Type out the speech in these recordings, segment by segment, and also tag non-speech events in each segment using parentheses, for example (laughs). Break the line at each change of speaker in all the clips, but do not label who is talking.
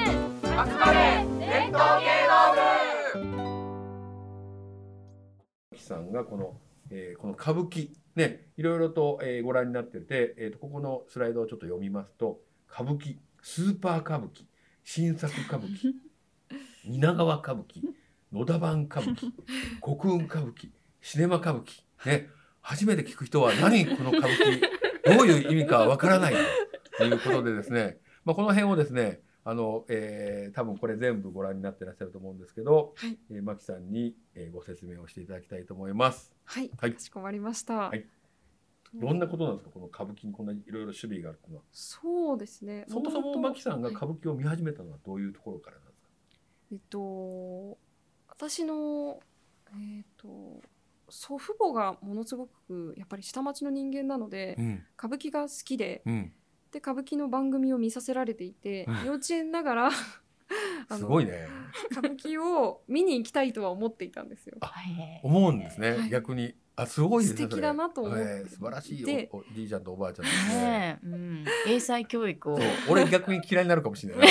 集まれ伝統芸能部
さんがこの、えーこの歌舞伎ねいろいろと、えーご覧になってて、えーとここのスライドをちょっと読みますと歌舞伎スーパー歌舞伎新作歌舞伎蜷川歌舞伎野田版歌舞伎国運歌舞伎シネマ歌舞伎ね初めて聞く人は何この歌舞伎どういう意味かわからないということでですね、まあ、この辺をですねあの、えー多分これ全部ご覧になってらっしゃると思うんですけど、
はい
えー、牧さんに、えーご説明をしていただきたいと思います。
はい、
はい
かしこまりました。
いどんなことなんですかこの歌舞伎にこんなにいろいろ種類があるっていうのは。
そうですね。
そもそも
元々
牧さんが歌舞伎を見始めたのはどういうところからなんですか、
えっと私のえっと祖父母がものすごくやっぱり下町の人間なので
うん
歌舞伎が好きで
うん、
で歌舞伎の番組を見させられていて
うん
幼稚園ながら (laughs) あ
す
の
ごいね
歌舞伎を見に行きたいとは思っていたんですよ。
思うんですね、
はい
逆にあすごいですね
素敵だなと
そ
思
れ
って
えー素晴らしい
で
おおじいちゃんとおばあちゃんですね
ねえ、うん、英才教育を
そう俺逆に嫌いになるかもし
(laughs)
れない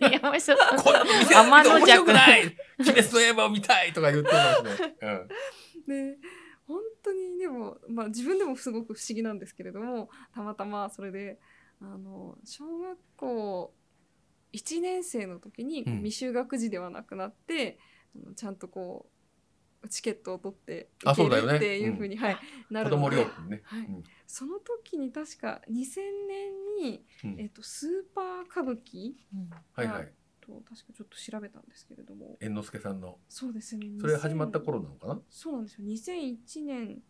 な
山下さん
こんなの見せられて面白くない
天
「鬼滅の刃」を見たいとか言ってるかもしれない、うん、
で本当にでも、まあ、自分でもすごく不思議なんですけれどもたまたまそれであの小学校1年生の時に
うん
未就学児ではなくなって、あのちゃんとこうチケットを取って
あ
行け
そうだよね
るっていうふうに、はい、な
子
るの
供料
で
金ね、
はい
うん
その時に確か2000年に、
うん
えっとスーパー歌舞伎
はいはい
と確かちょっと調べたんですけれども
猿之助さんの
そうですね
それ始まっ
2000
た頃なのかな
そうなんですよ2001年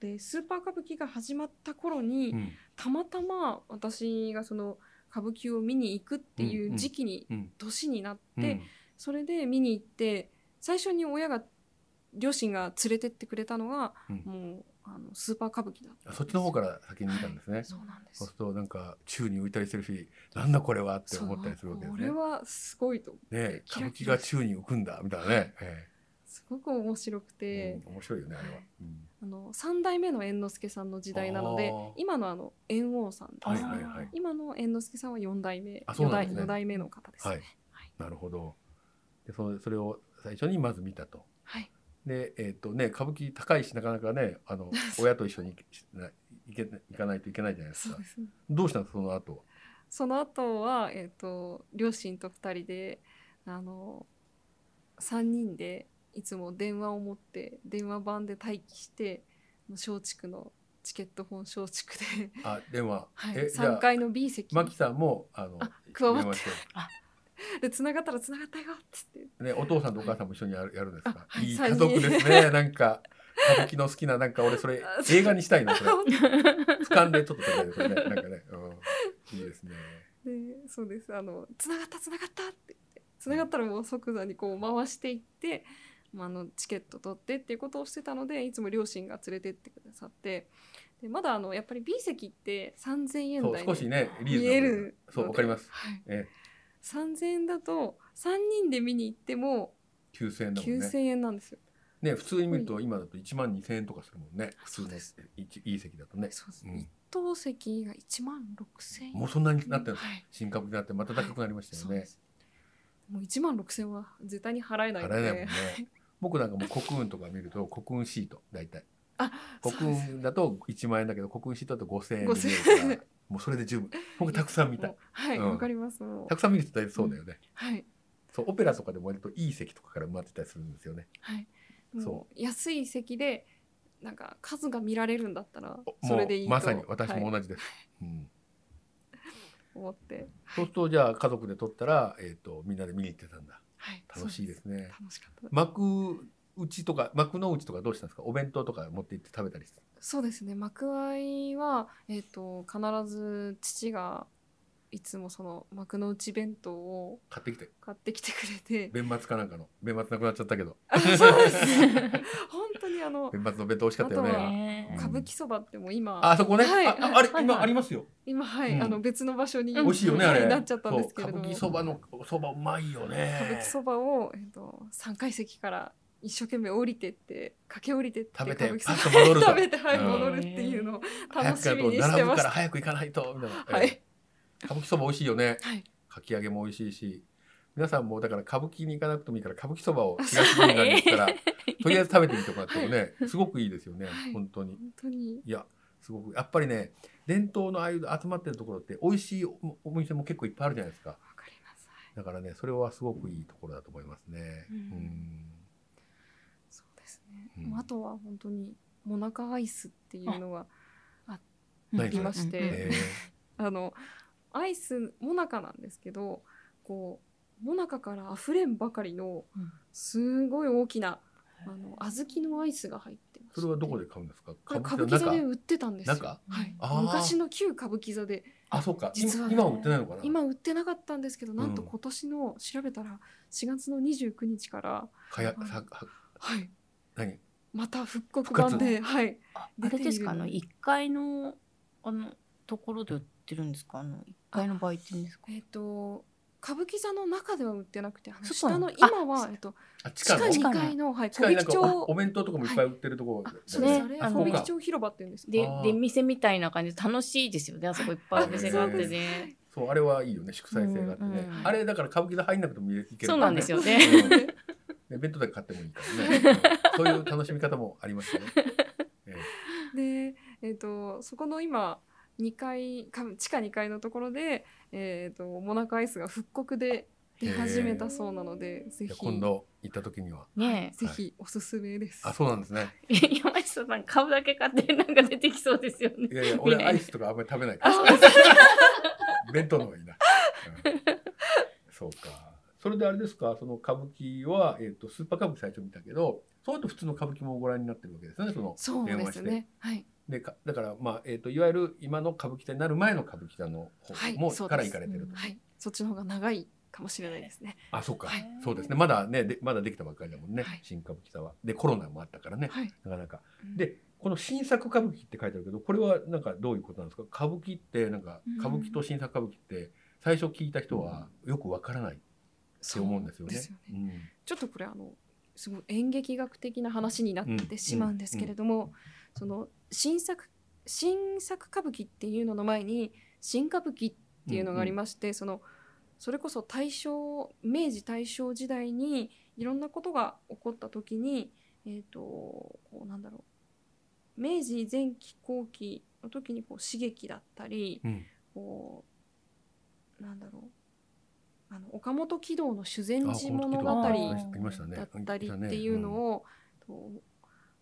でスーパー歌舞伎が始まった頃に、
うん
たまたま私がその歌舞伎を見に行くってい
んう
うん時期に、
うん
年になって、
うん
それで見に行って最初に親が両親が連れてってくれたのが、
うん
もうあのスーパー歌舞伎だったん
あ
です
そっちの方から先に見たんですね、
そうなんです
そうするとなんか宙に浮いたりするしなんだこれはって
そう
思ったりするわけです
こ
ね
れはすごいと
ね
キ
歌
ラ
舞
キ
伎
ラ
が宙に浮くんだみたいなね、え
すごく面白くて、
えうん面白いよねあれは、うん
あの3代目の猿之助さんの時代なので
あー
今のあの猿翁さんです
は
ね
いはいはい
今の猿之助さんは四代目、四
あそうな
代
んですね
四代目の方です、
はい
ね。
なるほどでそのそれを最初にまず見たと
はい。
でえっ、とね歌舞伎高いしなかなかねあ (laughs) の親と一緒に行けしな行け行かないといけないじゃないです
そう
か
ですね。
どうしたのその後は
その後はえっ、と両親と二人であの三人でいつも電話を持って電話番で待機して松竹のチケット本松竹で、
あ電話、
はい、
(laughs) えじゃ
三
あ
階の B 席
マキさんもあの
あ加わって
電話して
で繋がったら繋がったよっつって
ね、お父さんとお母さんも一緒にやるやるんですか
あ。はい
いい
三
家
人
族ですね。なんか歌舞伎の好きななんか俺それ
あ (laughs) そう
映画にしたいなそれ。
(laughs)
掴んでちょっと撮りたいですね。なんかね、うん、いいですね。
でそうですあの「つながったつながった」って言ってつながったらもう即座にこう回していって、まあ、あのチケット取ってっていうことをしてたのでいつも両親が連れてってくださってでまだあのやっぱり B 席って3,000円
そう
台
少し
に
ねリーズ
見
ナ
え
ブル
る
な。そうわかります。
はい、
え
3,000円だと3人で見に行っても
九千円だもんね。
9,000円なんですよ。
ね普通に見ると今だと一万二千円とかするもんね。普
そ
通
う
の
です
一いい席だとね。
そうです
う
ね
ん、
一等席が1万6,000円。
もうそんなになってるんです。
はい
新歌舞伎になってまた高くなりましたよ
そうで
ね。
すもう1万6,000円は絶対に払えないの
払
で
えないもんね。僕なんかもう国運とか見ると国運シート大体。
あ
国運だと1万円だけど国運シートだと5,000円で
5000
見えるからもうそれで十分僕たくさん見
(laughs)
たい
もうはい、
うん
わかります。もう
たくさん見る人大体そうだよね、
はい、
そうオペラとかでも割といい席とかから埋まってたりするんですよね
はい。
そう
もう安い席で、なんか数が見られるんだったら、
お
そ
も
れでいいうと。
まさに私
は
も
い
同じです、うん、
思って、
そうするとじゃあ家族で撮ったら、えー、とみんなで見に行ってたんだ
はい、。
楽しいですすね
楽しかったです。
幕うちとか幕のうちとかどうしたんですかお弁当とか持って行って食べたりして
そうですね。幕開は、えっ、と、必ず父が。いつもその幕の内弁当を
買ってきて
買ってきてくれて。 (laughs)
弁末かなんかの弁末なくなっちゃったけど
あそうです。本当にあの、
(laughs) 弁末の弁当美味しかったよ
あとは
ね
ね
歌舞伎そばってもう今。
あそこね、
はい
あああれ
はい
今ありますよ
今、はい、
うん
あの別の場所に。
美
美味しいよねあれ。
なっちゃったんですけれども。
そう歌舞伎そばのそばうまいよね。
歌舞伎そばを、えっと3階席から一生懸命降りてって駆け降りてって
食べて
歌舞伎そば
パッと戻ると
(laughs) 食べてはい、
うん
戻るっていうのを楽しみ
早く
にし
やると
て
並ぶ
ま
か
し
ら
た。
早く行かないとみたいな。
はい、
歌舞伎そば美味しいよね。
はい、
かき揚げも美味しいし皆さんもだから歌舞伎に行かなくてもいいから歌舞伎そばを東軍岸に行ったらとりあえず食べてみてもらってもねすごくいいですよね
はい
本当に。
本当に
いやすごくやっぱりね伝統のああいう集まってるところって美味しいおお店も結構いっぱいあるじゃないですか
わかります。はい
だからねそれはすごくいいところだと思いますね。
うん
うん
そうですね。
うん
もうあとは本当にモナカアイスっていうのが
何
ありまし
うん
て、
え
あのアイスモナカなんですけど、こうモナカから溢れんばかりの
うん
すごい大きなあの小豆のアイスが入ってま
ー
す。
それはどこで買うんですか
これ歌舞伎座で売ってたんですよ。
中
はい。
あー
昔の旧歌舞伎座で
あそうか今
実はね
今は売ってないのかな
今売ってなかったんですけどなんと
うん
今年の調べたら4月の29日から、
かやさは
はい、
何
また復刻
復活
版で、はい、
ああれですかあの一階のあのところで売ってるんですかあの一階の売店ですか
えっ、と歌舞伎座の中では売ってなくてあの
外
下
なの
の今
あ
は、えっと、
あ地
地
下
下
の
に
2階の、はい、
地
小
下に
引
なんかおお
町
弁当とかもいっぱい売ってるとこ
あ
だよ
そう
ね
です
ね
あ
あ
れ小
そう
引
か
町広場っていうんです
で
あ
出
ー
店みたいな感じで楽しいですよねあそこいっぱいお店があってね
そうあれはいいよね祝祭性があってね、
うんうん
あれだから歌舞伎座入んなくてもいけるからね
そうなんですよね
うんねベッドで買ってもいいからね、うんそういう楽しみ方もありますよね、え
(laughs) で、えっとそこの今2階か地下2階のところで、えっとモナカアイスが復刻で出始めたそうなのでぜ
え
ひ
今度行った時には
ね
ぜひおすすめです。
あそうなんですね
え山下さん顔だけ買ってなんか出てきそうですよね
いやいや俺アイスとかあんまり食べないか
あ
ら
そうです
弁当の方がいいな、うんそうかそれであれですかその歌舞伎は、えっとスーパー歌舞伎最初見たけどその後普通の歌舞伎もご覧になってるわけですよねその
(laughs) そうですね。はい。
でかだから、まあえっといわゆる今の歌舞伎座になる前の歌舞伎座の方
はい
も、
そうです
から行かれてると、
うん
はい。そっちの方が長いかもしれないですね。
あそうか、
はい
そうですねまだねでまだできたばっかりだもんね、
はい
新歌舞伎座はでコロナもあったからね
はい。
なかなかでこの新作歌舞伎って書いてあるけどこれはなんかどういうことなんですか歌舞伎ってなんか
うん
歌舞伎と新作歌舞伎って最初聞いた人はよくわからないって思うんですよね。
そうですよねちょっとこれあのすごい演劇学的な話になっ
うん
てしまうんですけれども、その新作新作歌舞伎っていうのの前に新歌舞伎っていうのがありまして、そのそれこそ大正明治大正時代にいろんなことが起こった時にえっ、とこうなんだろう明治前期後期の時にこう刺激だったり、
うんうん
こうなんだろうあの岡本喜道の修善
あ
寺
この
物
時と
語
あ
り
ありましたね
だったりっていうの
を、
を、と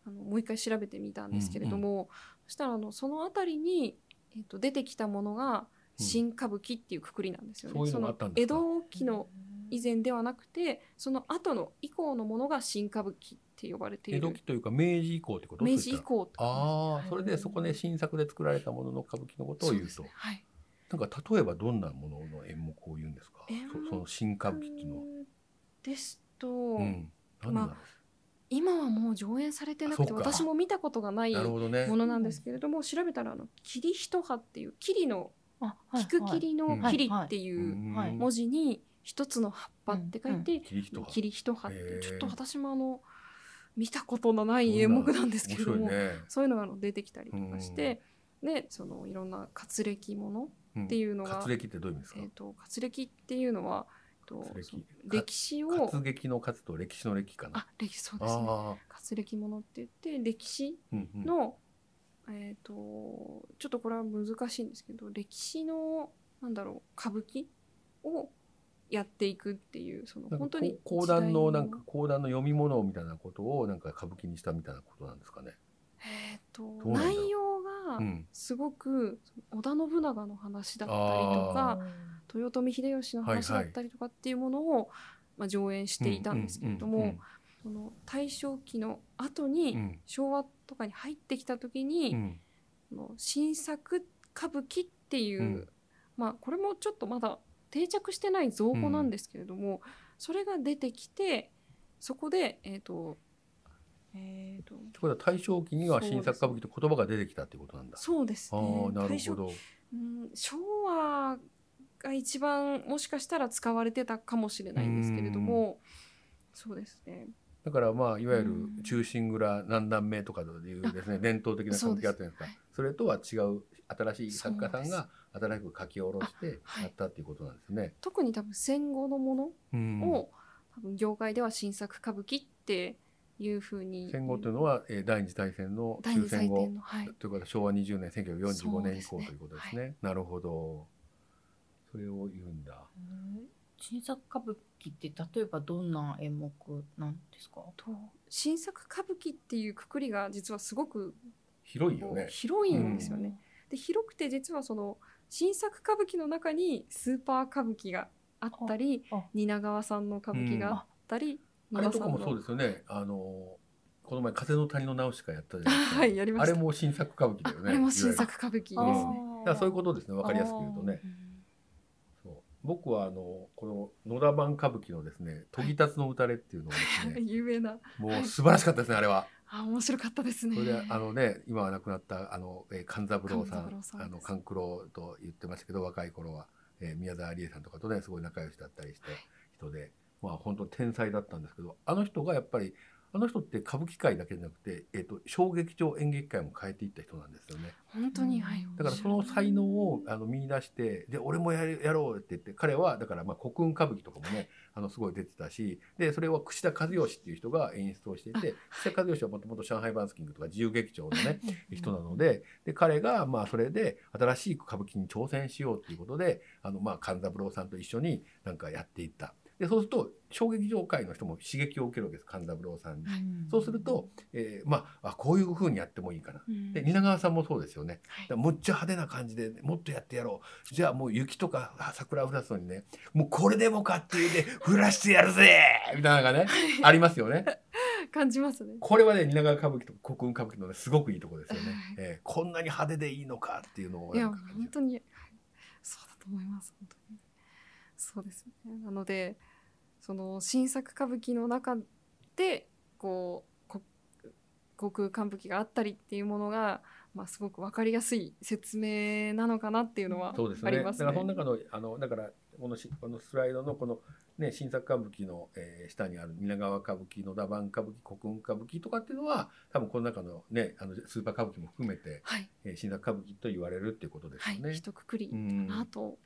あのもう一回調べてみたんですけれども、そしたらあのその辺りに、えっと出てきたものが
うん
新歌舞伎っていうくくりなんですよね。
そういうの
そ
があ
の
ったんで
江
すか
戸期の以前ではなくてその後の以降のものが新歌舞伎って呼ばれてい
江戸
る
期というか明治以降ってこと
明治以
そういった
降とか
ああそれでそこで新作で作られたものの歌舞伎のことを
そう
言う
です
と
ねはい、
なんか例えばどんなものの演目を言うんですか
演目
そその新歌舞伎っていうのは。
ですと、
うん、なんだろう
ま今はもう上演されてなくて
そうか
私も見たことがない
なる
も
ほどね。
のなんですけれども調べたらあの「霧一葉」っていう「霧の
あ
菊霧の
はい
霧」っていう
うん
はい
文字に「一つの葉っぱ」って書いて
切
「
り人が
霧一葉」ってい
へ
う
ー
ちょっと私もあの見たことのない演目なんですけれど
面
も
白いね。
そういうのがあの出てきたりとかしてでそのいろんな活歴もの
っ
っていうのが
活歴ってどういう意味ですか
えっ。と活歴っていうのはえっと
活歴
その歴史を
活劇の活と歴史の歴かな。
あ歴史そうですね
あ
活歴ものって言って歴史
ーうんうん
の、えー、とちょっとこれは難しいんですけど歴史のなんだろう歌舞伎をやっていくっていうその
なん
本
か
当
こ
に
う講談の
時代
なんか講談の読み物みたいなことをなんか歌舞伎にしたみたいなことなんですかね。
えー、と
うなんだろう
内容が
うん。
すごくその織田信長の話だったりと
あ
か豊臣秀吉の話だったりとかっていうものを、まあ、上演していたんですけれども、
うん
その大正期の後
う
に、
ん
昭和とかに入ってきた時
うんう
に、
ん
その新作歌舞伎っていう、
うん
まあこれもちょっとまだ定着してない造語なんですけれども、それが出てきてそこでえっ、とえっ、と
ってことは大正期には新作歌舞伎と言葉が出てきたってことなんだ。
そうです
ああ
ね
ーなる
大正
ほど。
うん昭和が一番もしかしたら使われてたかもしれないんですけれどもそうですね
だからまあいわゆ
う
る
ん
忠臣蔵何段目とかでいうですね伝統的な歌舞伎があったじゃないですか
そうです
それとは違う新しい作家さん
そうで
が新しく書き下ろして
あはい
やったっていうことなんですね。
特に多分戦後のもの
うん
を、多分業界では新作歌舞伎っていうふうに
戦後というのは、えー第二次大戦の
第二
終
次大
戦後
戦のはい
ということは昭和20年1945年以降
そうですね
ということですね。なるほど。それを言うんだ。
新作歌舞伎って例えばどんな演目なんですか
と新作歌舞伎っていうくくりが実はすごく
広いよ
こう
ね。
広いんですよ
う
ね。で広くて実はその新作歌舞伎の中にスーパー歌舞伎があったり
ああ
蜷川さんの歌舞伎があったり、
あれとかも
丹
そう
羽
ですよね。あのこの前風の谷の直しかやったじゃないですか。
はいやりました
あれも新作歌舞伎だよ
さんの
ね。
あれも新
いわ
作歌舞伎です
ゆる。
あ
ね。
うんだからそういうことですね。わかりやすく言うとね。そう僕はあのこの野田版歌舞伎のですね「研ぎ立つの打たれ」っていうのをですね、
有名な
もう素晴らしかったですねあれは。
あ面白かったですね
そ。れであのね今は亡くなったあの、えー勘三郎さん
勘三郎さん
あの
です
勘九郎と言ってましたけど若い頃は、えー宮沢りえさんとかとねすごい仲良しだったりした人で、まあ本当天才だったんですけどあの人がやっぱりあの人って歌舞伎界だけじゃなくて、えー、と小劇場演劇界も変えていった人なんですよね。
本当にはい。
だからその才能をあの見出してで俺もやるやろうって言って彼はだからまあ国運歌舞伎とかもねあのすごい出てたしでそれは櫛田和義っていう人が演出をしていて櫛田和義はもともと上海バンスキングとか自由劇場のね人なのでで彼がまあそれで新しい歌舞伎に挑戦しようということであのまあ勘三郎さんと一緒になんかやっていった。でそうすると小劇場界の人も刺激を受けるわけです勘三郎さんに。そうすると、えーまああこういうふうにやってもいいかな
うん
で蜷川さんもそうですよね、
はい
だからむっちゃ派手な感じでもっとやってやろうじゃあもう雪とかあ桜降らすのにねもうこれでもかっていうで降らしてやるぜみたいなのがねありますよね
感じますね。
これはね蜷川歌舞伎とか国運歌舞伎のねすごくいいとこですよね
はい、
えーこんなに派手でいいのかっていうのを
い
な
や
んか感じ
本当にはいそうだと思います本当にそうですねなのでその新作歌舞伎の中でこうこ航空歌舞伎があったりっていうものが、まあ、すごく分かりやすい説明なのかなっていうのは
そうです
あり
ね。
ま
だ
す
か
ね。
らその中のあのだからこのしこのスライドのこのね新作歌舞伎の、えー下にある蜷川歌舞伎、野田版歌舞伎、国運歌舞伎とかっていうのは多分この中のねあのスーパー歌舞伎も含めて、
はい、
えー新作歌舞伎と言われるっていうことです
は
よね。
い、一括り
う
か
ん。
なと思います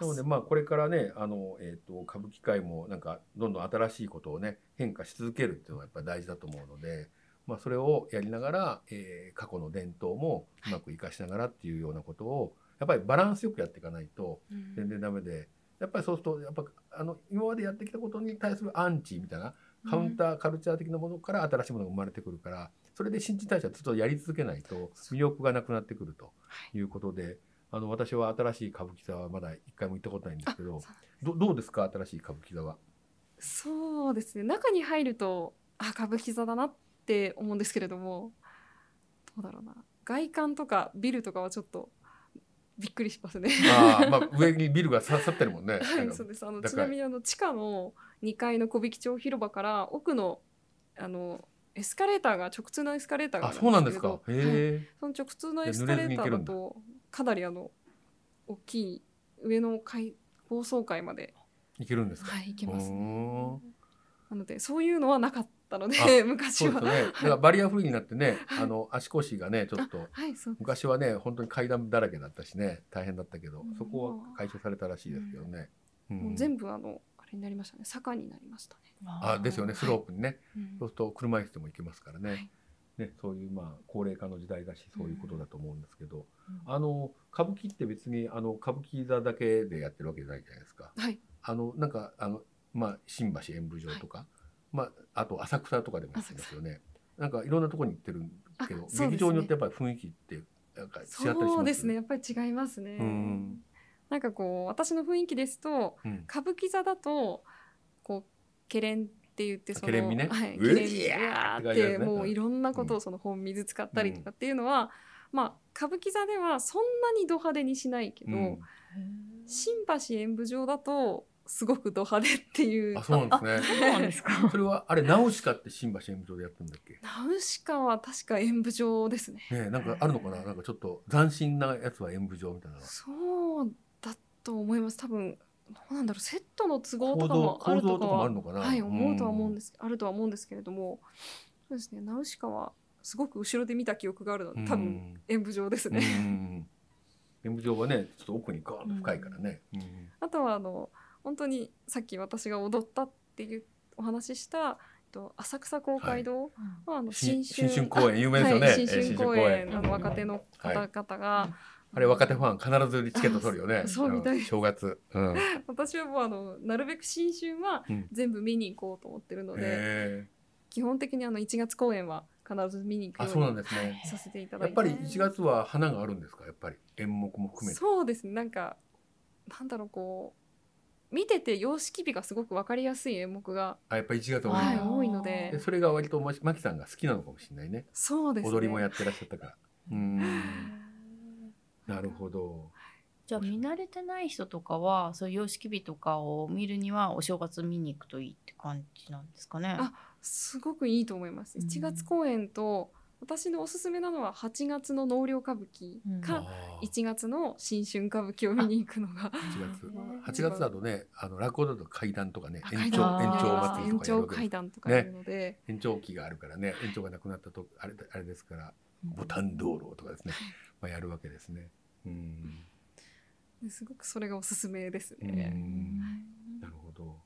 なのでまあこれからねあの、えー、と歌舞伎界もなんかどんどん新しいことをね変化し続けるっていうのはやっぱり大事だと思うので、まあ、それをやりながら、えー過去の伝統もうまく生かしながらっていうようなことをやっぱりバランスよくやっていかないと
うん
全然ダメでやっぱりそうするとやっぱあの今までやってきたことに対するアンチみたいなカウンターカルチャー的なものから新しいものが生まれてくるからそれで新陳代謝をずっとやり続けないと魅力がなくなってくるということであの私は新しい歌舞伎座はまだ一回も行ったことないんですけど
そうなん
どどうですか新しい歌舞伎
(laughs)
座は。
そうですね中に入るとあ歌舞伎座だなって思うんですけれどもどうだろうな外観とかビルとかはちょっとびっくりしますね。
あーまあ、上にビルが刺さってるもんね。
は
なん
い、
か
そうですあの
だか
ち
ら
なみにあの地下の2階の小引町広場から奥のあのエスカレーターが直通のエスカレーターが
あそうなんです
あ
か。
るんですけどはい
へ
その直通のエスカレーターだ
じゃ
とかなりあの大きい上の階高層階まで、
え。行けるんですか。
はい、行けますね。
おー
なのでそういうのはなかったので
あ
(laughs) 昔
そう
は
ですよね。だからバリアフリーになってね、あの足腰がね、ちょっと
はい、そうです
昔はね本当に階段だらけだったしね大変だったけど
うん
そこは解消されたらしいですけどね、うん
もう全部あのあれになりましたね坂になりましたね。
あですよねスロープにね、
うん
そうすると車椅子でも行けますからね,、
はい
ねそういうまあ高齢化の時代だしそういうことだと思うんですけど、
うん
あの歌舞伎って別にあの歌舞伎座だけでやってるわけじゃないじゃないですか
はい、
あのなんかあの、まあ、新橋演舞場とか、まあ、あと浅草とかでもやってますよねなんかいろんなところに行ってる
あ
けど、
そう
劇
です
場によって
ね。
やっぱり雰囲気ってなんか違ったりします
そうですね、やっぱり違いますね
うん。
なんかこう私の雰囲気ですと
うん
歌舞伎座だとこうケレンって言ってその
ケレンミね
はい、
う
ケ
え
レン
い
ミ
やー
やー
っ
って
感じ
て
ですね
も
は
う
い
いろんなこと
う
をその本水使ったりとかっていうのは、まあ歌舞伎座ではそんなにド派手にしないけど、
うん
新橋演舞場だとすごくド派手っていう
あそうなんですね
そうなんですか。
それはあれナウシカって新橋演舞場でやってるんだっけね
ナウシカは確か演舞場ですね。
えなんかあるのかななんかちょっと斬新なやつは演舞場みたいなのが
そうだと思います。多分どうなんだろうセットの都合と
構
か
造
もあ
構
る
造
と
と
か
かもあ
は
るのかな
はい思うとは思うんですす、あるとは思うんですけれども、そうですね。ナウシカはすごく後ろで見た記憶があるので、多分演舞場です
うんう
ね。
ん演舞場はねちょっと奥にガーンと深いからね、うん
(laughs) あとはあの本当にさっき私が踊ったっていうお話ししたえっと浅草公会堂はあの
新
新
新
春
春公演有名ですよね、
は
え
い、
ー
新春公演
新春公演
あの若手の方
はい
々が、
あれ若手ファン必ずチケット取るよね
あそうみたい
ん正月、うん、へ
(laughs) 私はもうあのなるべく新春は
うん
全部見に行こうと思ってるので、
え
基本的にあの1月公演は必ず見に行く
あ
よ
そう
う
なん
に
ですね
させていただ
や
い
っ
て
ぱり1月は花があるんですかやっぱり演目も含めて
そうですねなんかなんだろうこう見てて様式美がすごく分かりやすい演目が、
あやっぱり1月は多い
はい、
んだ
あー
多いので
でそれが割とまマキさんが好きなのかもしれないね
そうですね
踊りもやってらっしゃっ
(laughs)
たからうんなるほど
じゃあ見慣れてない人とかはそういう様式日とかを見るにはお正月見に行くといいって感じなんですかね。
あすごくいいと思います
うん
1月公演と、私のおすすめなのは8月の納涼歌舞伎
あ
か、
あー
1月の新春歌舞伎を見に行くのが
1月8月だとねあの落語だと階段とかね延
階
長
段
延長
あ
祭
ー
りと
延
かや
長
るわけです
階段とかやるので、
延長期があるからね延長がなくなったとあれあれですからボタン道路とかですね、まあ、やるわけですねうん
すごくそれがおすすめです
う
ね。
んなるほど。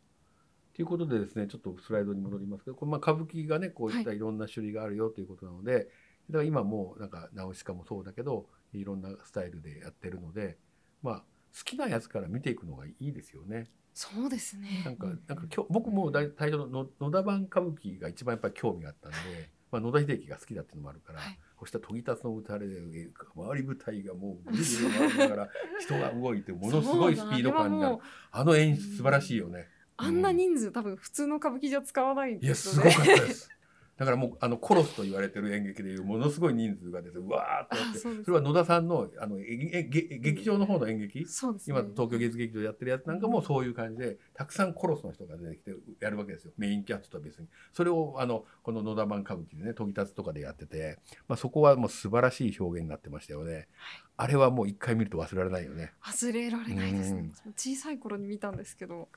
ということでですね、ちょっとスライドに戻りますけど、これまあ歌舞伎がね、こういった
はい
いろんな種類があるよということなので、だから今もうなんかナウシカもそうだけど、いろんなスタイルでやってるので、まあ好きなやつから見ていくのがいいですよね。
そうです
な
ね。
んかなんか今日僕も大体のの野田版歌舞伎が一番やっぱり興味があったので、まあ野田秀樹が好きだっていうのもあるから、
はい
こうした研ぎ立つの歌あれでえー回り舞台がもうぐるぐる回りながら人が動いてものすごいスピード感になる
そうだあれはも。う
あの演出素晴らしいよね。
あんな人数多分普通の歌舞伎じゃ使わないん
いや
ですす
ごか
よ
っ
ね。
たです。 (laughs) だからもうあのコロスと言われてる演劇でいうものすごい人数が出てうわーっとやっ
あ
てそ
そうです
れは野田さんのあのええげ劇場の方の演劇、
そうですね。
今東京芸術劇場でやってるやつなんかもそういう感じでたくさんコロスの人が出てきてやるわけですよメインキャストとは別にそれをあのこの野田版歌舞伎でね研ぎ立つとかでやってて、まあ、そこはもう素晴らしい表現になってましたよねあれはもう一回見ると忘れられないよね
忘れられないです
うん
ね。小さい頃に見たんですけど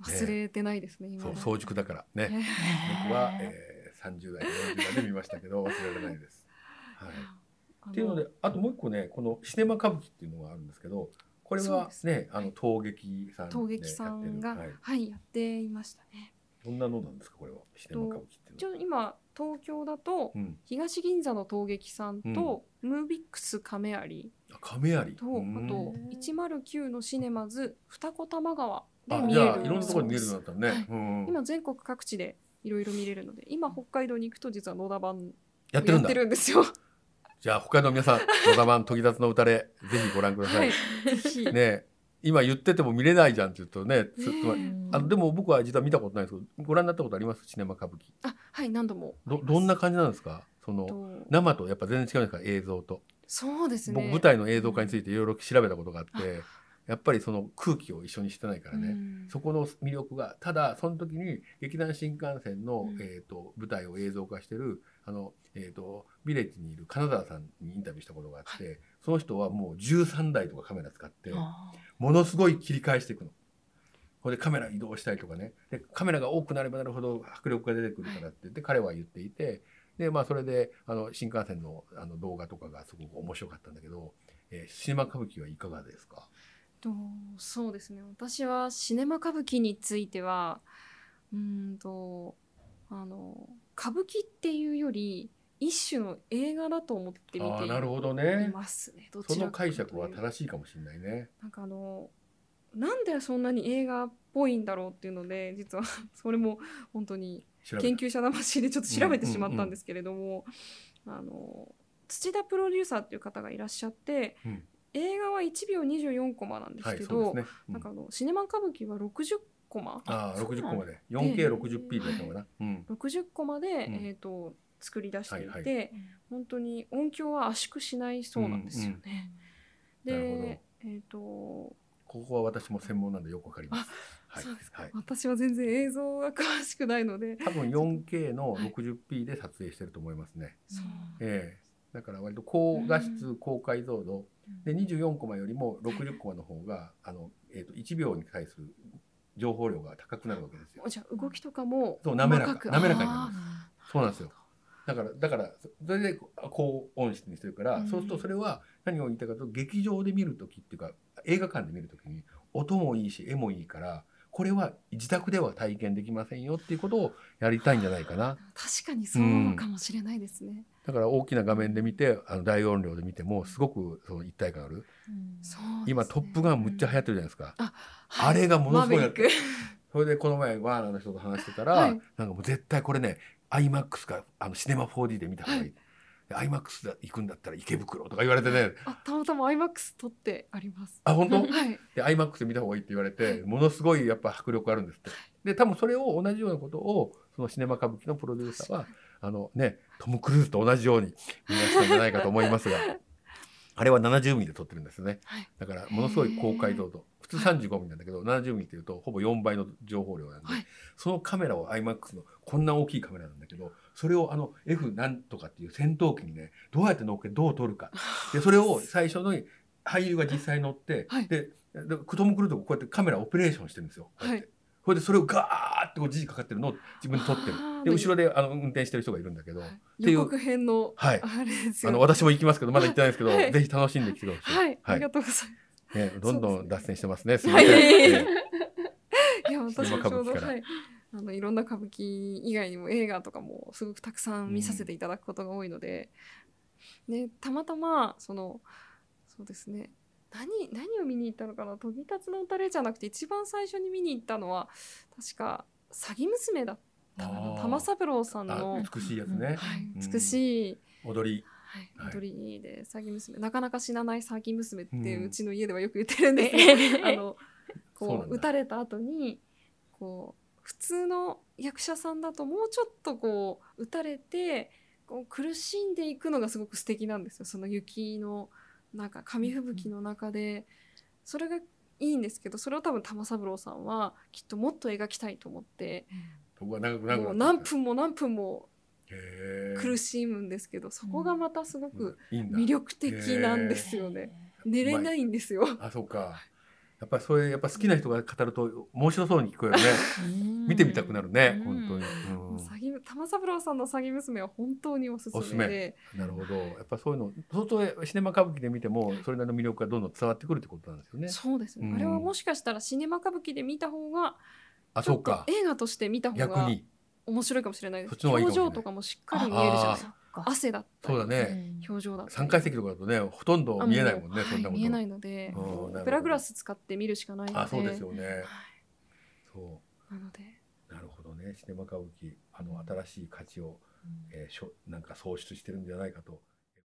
忘れてないですね。今
そう
は
早熟だからね
ね
僕は、えー、30代40代で見ましたけど忘れられないです。はい
あ
っていうのであともう一個ねこのシネマ歌舞伎っていうのがあるんですけどこれ
そう
は
です
ね
ね
あ
は
の
い
陶劇さんで
陶劇さんが
やってるはい、
はいやっていましたね。
どんなのなんですかこれはシネマ歌舞伎っていう
一
のは。
応今東京だと
うん、
東銀座の陶劇さんと、ムービックス亀有
あ亀有
と、
うん
あと109のシネマズ二子玉川で
あ
見
じ
え
ゃあ
る
いろんなところに見えるよう
そう
になったのね、
はい
うん
です今全国各地でいろいろ見れるので今北海道に行くと実は野田版
やってるんだ
んですよ。
じゃあ北海道の皆さん「野
(laughs)
田版時立の歌れ」ぜひご覧くださ、
はいい、ぜひ、
ね今言ってても見れないじゃんって言うとねつつまり
ね
あのでも僕は実は見たことないですけどご覧になったことありますシネマ歌舞伎
あはい何度も
どどんな感じなんですかその
と
生とやっぱ全然違うんですか映像と、
そうです
僕
ね。
舞台の映像化についていろいろ調べたことがあってやっぱりその空気を一緒にしてないからね、
うん
そこの魅力がただその時に劇団新幹線の、
うん
えー、と舞台を映像化してるあの、えー、とビレッジにいる金沢さんにインタビューしたことがあって、その人はもう13台とかカメラ使って
あ
ものすごい切り返していくの。これでカメラ移動したりとかねでカメラが多くなればなるほど迫力が出てくるからって言って彼は言っていてで、まあ、それであの新幹線のあの動画とかがすごく面白かったんだけど、えーシネマ歌舞伎はいかがですか
とそうですね私はシネマ歌舞伎についてはうーんとあの歌舞伎っていうより一種の映画だと思って見
あ
て
ーなる
い
ほどね。
ますねど
そ
ちら
の
かとい
解
うと
釈は正しいかもしれないね。
なんかあのなんでそんなに映画っぽいんだろうっていうので実は (laughs) それも本当に
調べた
研究者魂でちょっと調べてしまったんですけれども、あの土田プロデューサーっていう方がいらっしゃって、
うん
映画は1秒24コマなんです
はい、
け
そ
ど、
うですね。う
なんかあのシネマ歌舞伎は60コマ
ああ、
そう
六十
な
個
ん
まで、四 K 六十 P だったのかな。うん。
60コマで、
うん
えー、と作り出していて、
はい
本当に音響は圧縮しないそうなんですよね。
うんうんなる
で、えーと
ここは私も専門なんでよくわかります。はい。
そうですか、
はい。
私は全然映像が詳しくないので、
多分 4K の 60P で撮影してると思いますね。
ー
そう
ええだから割と高画質、高解像度で24コマよりも60コマの方があのえっ、と1秒に対する情報量が高くなるわけですよ。
じゃあ動きとかも
そう滑らか
細く
滑らかになる
あー
そうなんですよ。だからだからそれで高音質にしてるから、
うん
そうするとそれは何を言いたいかというと劇場で見る時っていうか映画館で見る時に音もいいし絵もいいからこれは自宅では体験できませんよっていうことをやりたいんじゃないかな。
確かにそうかもしれないですね。
だから大きな画面で見てあの大音量で見てもすごくその一体感ある
そうですね
今「トップガン」むっちゃ流行ってるじゃないですか。
はい
あれがものすごい
マー
や
ヴェリッ
って
ク
それでこの前ワーナーの人と話してたら、
はい
なんかもう絶対これね iMAX かあのシネマ 4D で見た方がいい、で iMAX だ行くんだったら池袋とか言われてね
あたまたま IMAX 撮ってあります。
あ本当
はい。
で iMAX で見た方がいいって言われてものすごいやっぱ迫力あるんですってで多分それを同じようなことをそのシネマ歌舞伎のプロデューサーはあのねトム・クルーズと同じように見出したんじゃないかと思いますがあれは70ミリで撮ってるんですよね
はい
だからものすごい高解像度普通35ミリなんだけど70ミリっていうとほぼ4倍の情報量なんで、
はい
そのカメラを IMAX のこんな大きいカメラなんだけどそれをあの F なんとかっていう戦闘機にねどうやって乗っけどう撮るかでそれを最初の俳優が実際乗って、
はい
ででトム・クルーズがこうやってカメラオペレーションしてるんですよ。こうやって
は
それでそれをガーってこう G かかってるのを自分で撮ってる
あー
で後ろであの運転してる人がいるんだけど、
はい
ていう
予告編の
はい
あれです
あ
よね。
の私も行きますけどまだ行ってないんですけど、
はい
ぜひ楽しんできてください。
はい、ありがとうございます。
ね、どんどん脱線してますね。すみま
はい
せん。
い
ね
いや私もちょうど
歌舞伎から
はいあのいろんな歌舞伎以外にも映画とかもすごくたくさん見させていただくことが多いので、ねたまたまそのそうですね何何を見に行ったのかな「研ぎ立つのたれ」じゃなくて一番最初に見に行ったのは確か「詐欺娘」だったか
あ
な
ー
玉三郎さんの
あ、美しいやつね。
はい
うん
美しい
踊り。
は、
はいい
踊りで詐欺娘なかなか死なない詐欺娘って
う
うんうちの家ではよく言ってるんですけど、あ
え
の
そ
こ
うなん
う
だ
撃たれた後にこう普通の役者さんだともうちょっとこう撃たれてこう苦しんでいくのがすごく素敵なんですよその雪の中紙吹雪の中でそれがいいんですけどそれを多分玉三郎さんはきっともっと描きたいと思って
僕は長く長く
もう
なっ
何
て
分も何分も
る。
苦
し
しむんですけどそこがまたすごく
いんだ
魅力的なんですよね。寝れないんですよ。
あ、そうか。やっぱりそういうやっぱ好きな人が語ると面白そうに聞こえるね。見てみたくなるね。
うん
本当に。
(laughs) 詐欺玉三郎さんの詐欺娘は本当におすす
おすす
め
め
で
うんなるほど。やっぱそういうの相当シネマ歌舞伎で見てもそれなりの魅力がどんどん伝わってくるってことなんですよね。
そうですね、
うん
あれはもしかしたらシネマ歌舞伎で見た方が
あ、
ちょ
そ
っ
う
と
か。
映画として見た方
逆
が
に
面白いかもしれないです
そっちの方がいいか
表
もしれない
情とかもしっかり見えるじゃないですか
あ
汗だったり
そうだね
表情だったり
三階席とかだとねほとんど見えないもんね
あう
そんな
は
こ
い見えない
と。
ので
うんなるほど
オペラグラス使って見るしかないので
あ、そうですよね。
は
そう。
いなので
なるほどね。シネマ歌舞伎、あの新しい価値を、えーしょなんか創出してるんじゃないかと